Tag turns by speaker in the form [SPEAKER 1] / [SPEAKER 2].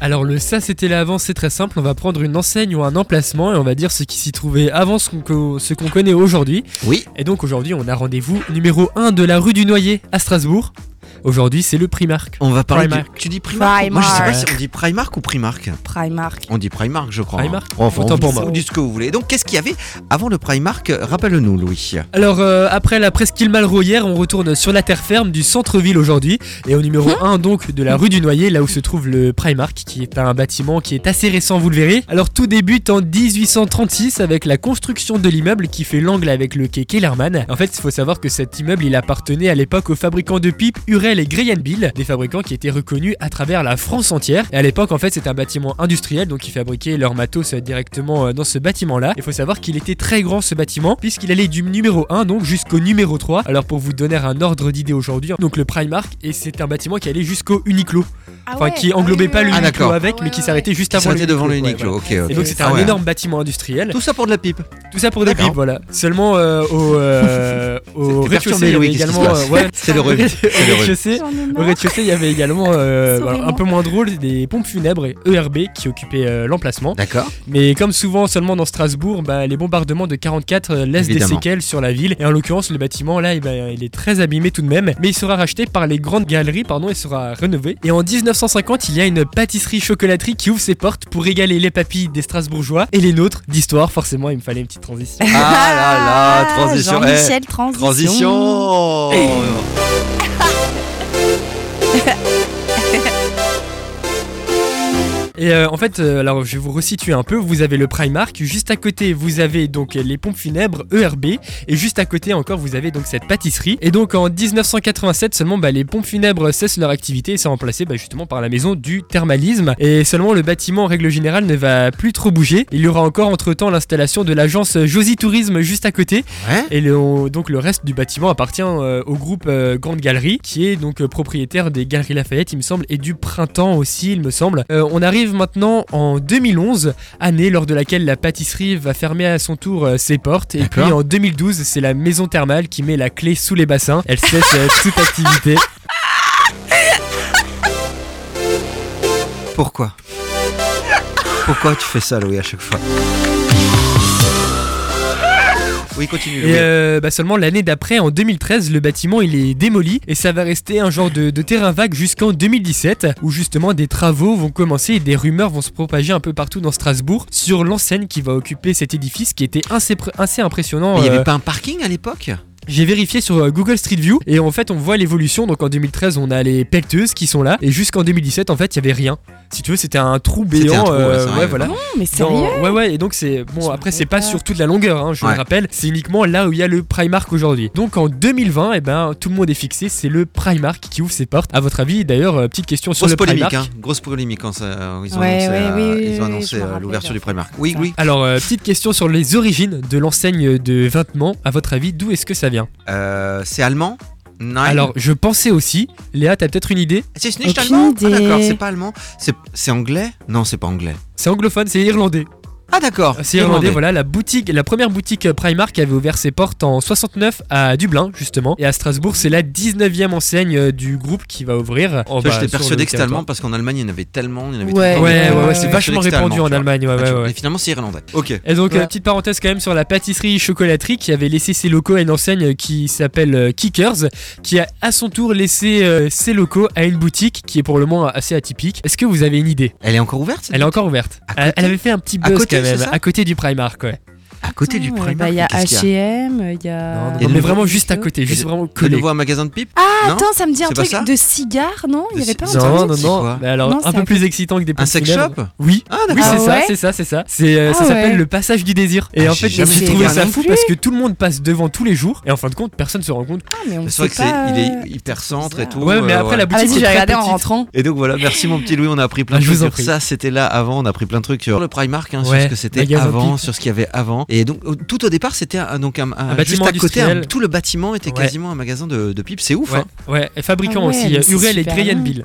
[SPEAKER 1] Alors le ça c'était l'avant c'est très simple, on va prendre une enseigne ou un emplacement et on va dire ce qui s'y trouvait avant ce qu'on co- ce qu'on connaît aujourd'hui.
[SPEAKER 2] Oui.
[SPEAKER 1] Et donc aujourd'hui on a rendez-vous numéro 1 de la rue du Noyer à Strasbourg. Aujourd'hui c'est le Primark.
[SPEAKER 2] On va parler.
[SPEAKER 1] Primark.
[SPEAKER 2] du- Tu dis Primark, ou- Moi, je sais pas
[SPEAKER 1] Primark.
[SPEAKER 2] si on dit Primark ou Primark.
[SPEAKER 3] Primark.
[SPEAKER 2] On dit Primark, je crois.
[SPEAKER 1] Primark.
[SPEAKER 2] hein. Enfin,
[SPEAKER 1] Autant
[SPEAKER 2] on
[SPEAKER 1] pour
[SPEAKER 2] dit-
[SPEAKER 1] moi.
[SPEAKER 2] Vous dites ce que vous voulez. Donc, qu'est-ce qu'il y avait avant le Primark Euh, Rappelle-nous, Louis.
[SPEAKER 1] Alors euh, après la presqu'île Malraux hier, on retourne sur la terre ferme du centre-ville aujourd'hui et au numéro 1 donc de la rue du Noyer, là où se trouve le Primark qui est un bâtiment qui est assez récent, vous le verrez. Alors tout débute en 1836 avec la construction de l'immeuble qui fait l'angle avec le quai Kellerman. En fait, il faut savoir que cet immeuble, il appartenait à l'époque aux fabricants de pipes Hurel et Greyhenbill, des fabricants qui étaient reconnus à travers la France entière. Et à l'époque, en fait, c'est un bâtiment industriel, donc ils fabriquaient leur matos euh, directement euh, dans ce bâtiment-là. Il faut savoir qu'il était très grand ce bâtiment, puisqu'il allait du numéro 1 donc jusqu'au numéro 3. Alors pour vous donner un ordre d'idée aujourd'hui, donc le Primark, et c'est un bâtiment qui allait jusqu'au Uniqlo. Enfin, qui englobait pas le
[SPEAKER 2] Ah,
[SPEAKER 1] Uniqlo
[SPEAKER 2] d'accord.
[SPEAKER 1] avec,
[SPEAKER 3] Ah, ouais,
[SPEAKER 1] mais qui
[SPEAKER 3] ouais,
[SPEAKER 1] s'arrêtait juste
[SPEAKER 2] Qui
[SPEAKER 1] avant
[SPEAKER 2] s'arrêtait devant le
[SPEAKER 1] ouais,
[SPEAKER 2] Uniqlo.
[SPEAKER 1] voilà.
[SPEAKER 2] Ok, ok.
[SPEAKER 1] Et donc c'était
[SPEAKER 2] Ah
[SPEAKER 1] un
[SPEAKER 2] ouais.
[SPEAKER 1] énorme bâtiment industriel.
[SPEAKER 2] Tout ça pour de la pipe.
[SPEAKER 1] Tout ça pour des
[SPEAKER 2] D'accord.
[SPEAKER 1] pipes, voilà. Seulement euh, au, euh, au
[SPEAKER 2] T'es perturbé,
[SPEAKER 1] rez-de-chaussée, il y
[SPEAKER 2] Louis,
[SPEAKER 1] avait
[SPEAKER 2] qu'est-ce qui se
[SPEAKER 1] également.
[SPEAKER 2] passe
[SPEAKER 1] euh, ouais,
[SPEAKER 2] C'est le
[SPEAKER 1] au
[SPEAKER 2] revue.
[SPEAKER 1] rez- au
[SPEAKER 2] le
[SPEAKER 1] rez-de-chaussée,
[SPEAKER 3] Ah, J'en ai
[SPEAKER 1] au
[SPEAKER 3] marre.
[SPEAKER 1] rez-de-chaussée, il y avait également, euh,
[SPEAKER 3] Sauvez-moi.
[SPEAKER 1] bah, un peu moins drôle, des pompes funèbres et ERB qui occupaient euh, l'emplacement.
[SPEAKER 2] D'accord.
[SPEAKER 1] Mais comme souvent seulement dans Strasbourg, bah, les bombardements de 44 euh, laissent
[SPEAKER 2] Évidemment.
[SPEAKER 1] des séquelles sur la ville. Et en l'occurrence, le bâtiment là, eh ben, il est très abîmé tout de même. Mais il sera racheté par les grandes galeries, pardon, et sera rénové. Et en 1950, il y a une pâtisserie-chocolaterie qui ouvre ses portes pour régaler les papilles des Strasbourgeois et les nôtres d'histoire. Forcément, il me fallait une petite transition.
[SPEAKER 2] Ah là là, transition. eh,
[SPEAKER 3] Ah, Jean-Michel, transition.
[SPEAKER 2] transition.
[SPEAKER 1] Et euh, en fait, euh, alors je vais vous resituer un peu. Vous avez le Primark, juste à côté vous avez donc les pompes funèbres ERB, et juste à côté encore vous avez donc cette pâtisserie. Et donc en 1987 seulement, bah, les pompes funèbres cessent leur activité et sont remplacées bah, justement par la maison du thermalisme. Et seulement le bâtiment en règle générale ne va plus trop bouger. Il y aura encore entre temps l'installation de l'agence Josie Tourisme juste à côté,
[SPEAKER 2] Ouais.
[SPEAKER 1] et le- donc le reste du bâtiment appartient euh, au groupe euh, Grande Galerie, qui est donc euh, propriétaire des Galeries Lafayette, il me semble, et du Printemps aussi, il me semble. Euh, on arrive maintenant en 2011, année lors de laquelle la pâtisserie va fermer à son tour euh, ses portes. Et puis
[SPEAKER 2] D'accord.
[SPEAKER 1] en 2012, c'est la maison thermale qui met la clé sous les bassins. Elle cesse euh, toute activité.
[SPEAKER 2] Pourquoi Pourquoi tu fais ça, Louis, à chaque fois Oui, continue. Louis.
[SPEAKER 1] Et euh, bah seulement l'année d'après, en 2013, le bâtiment il est démoli et ça va rester un genre de, de terrain vague jusqu'en 2017 où justement des travaux vont commencer et des rumeurs vont se propager un peu partout dans Strasbourg sur l'enseigne qui va occuper cet édifice qui était assez, pr- assez impressionnant.
[SPEAKER 2] Mais il n'y
[SPEAKER 1] euh,
[SPEAKER 2] avait pas un parking à l'époque
[SPEAKER 1] j'ai vérifié sur euh, Google Street View et en fait on voit l'évolution. Donc en 2013 on a les pelleteuses qui sont là et jusqu'en 2017 en fait il y avait rien. Si tu veux c'était un trou
[SPEAKER 2] C'était un
[SPEAKER 1] béant.
[SPEAKER 2] trou, ouais,
[SPEAKER 1] euh,
[SPEAKER 2] c'est vrai.
[SPEAKER 1] ouais, voilà.
[SPEAKER 3] Non, mais
[SPEAKER 1] Dans-
[SPEAKER 3] sérieux
[SPEAKER 1] ouais ouais et donc c'est bon
[SPEAKER 3] Je
[SPEAKER 1] après
[SPEAKER 3] me
[SPEAKER 1] c'est pas
[SPEAKER 3] rappelle
[SPEAKER 1] sur toute la longueur hein, je
[SPEAKER 2] Ouais.
[SPEAKER 1] le rappelle c'est uniquement là où il y a le Primark aujourd'hui donc en 2020 et ben tout le monde est fixé c'est le Primark qui ouvre ses portes à votre avis d'ailleurs euh, petite question sur
[SPEAKER 2] Grosse
[SPEAKER 1] le
[SPEAKER 2] polémique,
[SPEAKER 1] Primark
[SPEAKER 2] hein. grosse polémique quand ça, euh, ils ont
[SPEAKER 3] Ouais,
[SPEAKER 2] annoncé,
[SPEAKER 3] ouais,
[SPEAKER 2] euh,
[SPEAKER 3] oui, oui,
[SPEAKER 2] ils ont
[SPEAKER 3] oui,
[SPEAKER 2] annoncé,
[SPEAKER 3] je me
[SPEAKER 2] euh,
[SPEAKER 3] rappelle,
[SPEAKER 2] l'ouverture du
[SPEAKER 3] ça.
[SPEAKER 2] Primark. Oui,
[SPEAKER 3] Ça.
[SPEAKER 2] oui.
[SPEAKER 1] alors euh, petite question sur les origines de l'enseigne de vêtements à votre avis d'où est-ce que ça vient
[SPEAKER 2] Euh, c'est allemand Nein.
[SPEAKER 1] alors je pensais aussi Léa t'as peut-être une idée
[SPEAKER 2] c'est c'est nicht
[SPEAKER 3] Aucune
[SPEAKER 2] allemand Ah,
[SPEAKER 3] idée.
[SPEAKER 2] d'accord, c'est pas allemand. C'est, c'est anglais Non, c'est pas anglais.
[SPEAKER 1] c'est anglophone c'est irlandais
[SPEAKER 2] Ah, d'accord.
[SPEAKER 1] c'est irlandais voilà la boutique la première boutique euh, Primark avait ouvert ses portes en 69 à Dublin justement et à Strasbourg c'est la 19e enseigne euh, du groupe qui va ouvrir en
[SPEAKER 2] Tu
[SPEAKER 1] bas,
[SPEAKER 2] vois,
[SPEAKER 1] Oh, bah,
[SPEAKER 2] J'étais
[SPEAKER 1] sur le
[SPEAKER 2] persuadé que c'était
[SPEAKER 1] territoire.
[SPEAKER 2] allemand parce qu'en Allemagne, il y en avait tellement. Il y en avait
[SPEAKER 3] Ouais,
[SPEAKER 2] tellement.
[SPEAKER 1] Ouais,
[SPEAKER 3] Euh,
[SPEAKER 1] ouais, ouais,
[SPEAKER 3] je
[SPEAKER 1] c'est
[SPEAKER 3] sais
[SPEAKER 1] vachement
[SPEAKER 2] que c'était
[SPEAKER 1] répandu
[SPEAKER 2] allemand,
[SPEAKER 1] en
[SPEAKER 2] tu vois.
[SPEAKER 1] Allemagne, ouais,
[SPEAKER 2] Ah,
[SPEAKER 1] ouais,
[SPEAKER 2] tu-
[SPEAKER 1] ouais.
[SPEAKER 2] Mais finalement, c'est irlandais. Ok.
[SPEAKER 1] Et donc,
[SPEAKER 3] Ouais.
[SPEAKER 1] euh, petite parenthèse quand même sur la pâtisserie chocolaterie qui avait laissé ses locaux à une enseigne qui s'appelle euh, Kickers, qui a à son tour laissé euh, ses locaux à une boutique qui est pour le moins assez atypique. Est-ce que vous avez une idée
[SPEAKER 2] Elle est encore ouverte cette-
[SPEAKER 1] Elle est encore ouverte.
[SPEAKER 2] À
[SPEAKER 1] Elle,
[SPEAKER 2] côté
[SPEAKER 1] elle avait fait un petit
[SPEAKER 2] À
[SPEAKER 1] buzz
[SPEAKER 2] côté,
[SPEAKER 1] quand
[SPEAKER 2] c'est
[SPEAKER 1] même,
[SPEAKER 2] ça
[SPEAKER 1] à côté du Primark, ouais.
[SPEAKER 2] À côté du
[SPEAKER 1] Ah,
[SPEAKER 3] Ouais,
[SPEAKER 2] Primark.
[SPEAKER 3] bah, Il y a
[SPEAKER 2] qu'est-ce qu'il y
[SPEAKER 3] HM, il y a.
[SPEAKER 2] Et non,
[SPEAKER 1] mais
[SPEAKER 2] le-
[SPEAKER 1] vraiment juste à côté, juste
[SPEAKER 2] le-
[SPEAKER 1] vraiment
[SPEAKER 2] De
[SPEAKER 1] collé.
[SPEAKER 2] nouveau un magasin de pipe
[SPEAKER 3] Ah,
[SPEAKER 2] Non
[SPEAKER 3] attends, ça me dit un
[SPEAKER 2] C'est pas
[SPEAKER 3] truc
[SPEAKER 2] ça
[SPEAKER 3] de cigare, non Il
[SPEAKER 2] De
[SPEAKER 3] n'y avait pas
[SPEAKER 2] ci-
[SPEAKER 3] un truc
[SPEAKER 1] Non,
[SPEAKER 2] Attends,
[SPEAKER 1] non,
[SPEAKER 2] c'est
[SPEAKER 1] non.
[SPEAKER 2] quoi
[SPEAKER 1] Mais alors,
[SPEAKER 3] Non,
[SPEAKER 1] un
[SPEAKER 3] c'est
[SPEAKER 1] peu
[SPEAKER 3] à
[SPEAKER 1] plus excitant que des
[SPEAKER 2] Un
[SPEAKER 1] pompes
[SPEAKER 2] sex
[SPEAKER 1] funèbres.
[SPEAKER 2] shop
[SPEAKER 1] Oui.
[SPEAKER 2] Ah,
[SPEAKER 1] Oui,
[SPEAKER 2] d'accord.
[SPEAKER 1] c'est
[SPEAKER 3] Ah
[SPEAKER 1] ça,
[SPEAKER 3] ouais
[SPEAKER 1] c'est ça, c'est ça. C'est, euh, ça
[SPEAKER 3] Ah
[SPEAKER 1] s'appelle
[SPEAKER 3] ouais.
[SPEAKER 1] le passage du désir. Et
[SPEAKER 2] Ah,
[SPEAKER 1] en fait, j'ai
[SPEAKER 2] j'ai
[SPEAKER 3] jamais
[SPEAKER 1] trouvé
[SPEAKER 3] fait
[SPEAKER 1] ça
[SPEAKER 3] gaffe
[SPEAKER 1] fou
[SPEAKER 3] non plus.
[SPEAKER 1] parce que tout le monde passe devant tous les jours. Et en fin de compte, personne se rend compte.
[SPEAKER 3] Ah, mais on
[SPEAKER 2] C'est vrai
[SPEAKER 3] sait
[SPEAKER 2] que c'est,
[SPEAKER 3] pas. euh,
[SPEAKER 2] il est hyper centre et tout.
[SPEAKER 1] euh, Ouais, mais
[SPEAKER 2] euh,
[SPEAKER 1] après la
[SPEAKER 3] Ah,
[SPEAKER 1] boutique.
[SPEAKER 3] vas-y, je
[SPEAKER 1] est
[SPEAKER 3] vais
[SPEAKER 1] très
[SPEAKER 3] regarder en
[SPEAKER 1] petite.
[SPEAKER 3] rentrant.
[SPEAKER 2] Et donc voilà, merci mon petit Louis, on a appris plein de
[SPEAKER 1] Ah, Je vous
[SPEAKER 2] choses
[SPEAKER 1] en
[SPEAKER 2] sur
[SPEAKER 1] prie.
[SPEAKER 2] ça. C'était là avant, on a appris plein de trucs sur le Primark, hein, sur
[SPEAKER 1] Ouais,
[SPEAKER 2] ce que c'était
[SPEAKER 1] magasin
[SPEAKER 2] avant,
[SPEAKER 1] Pic.
[SPEAKER 2] sur ce qu'il y avait avant. Et donc au- tout au départ, c'était un, donc un, un-
[SPEAKER 1] Un bâtiment
[SPEAKER 2] juste à côté, un-
[SPEAKER 1] industriel.
[SPEAKER 2] tout le bâtiment était
[SPEAKER 1] Ouais.
[SPEAKER 2] quasiment un magasin de, de pipes. C'est ouf.
[SPEAKER 1] Ouais,
[SPEAKER 2] hein.
[SPEAKER 1] ouais, et fabricant
[SPEAKER 3] Ah ouais,
[SPEAKER 1] aussi,
[SPEAKER 3] mais
[SPEAKER 1] euh,
[SPEAKER 3] c'est
[SPEAKER 1] Hurel et
[SPEAKER 3] super
[SPEAKER 1] Greyhenbill.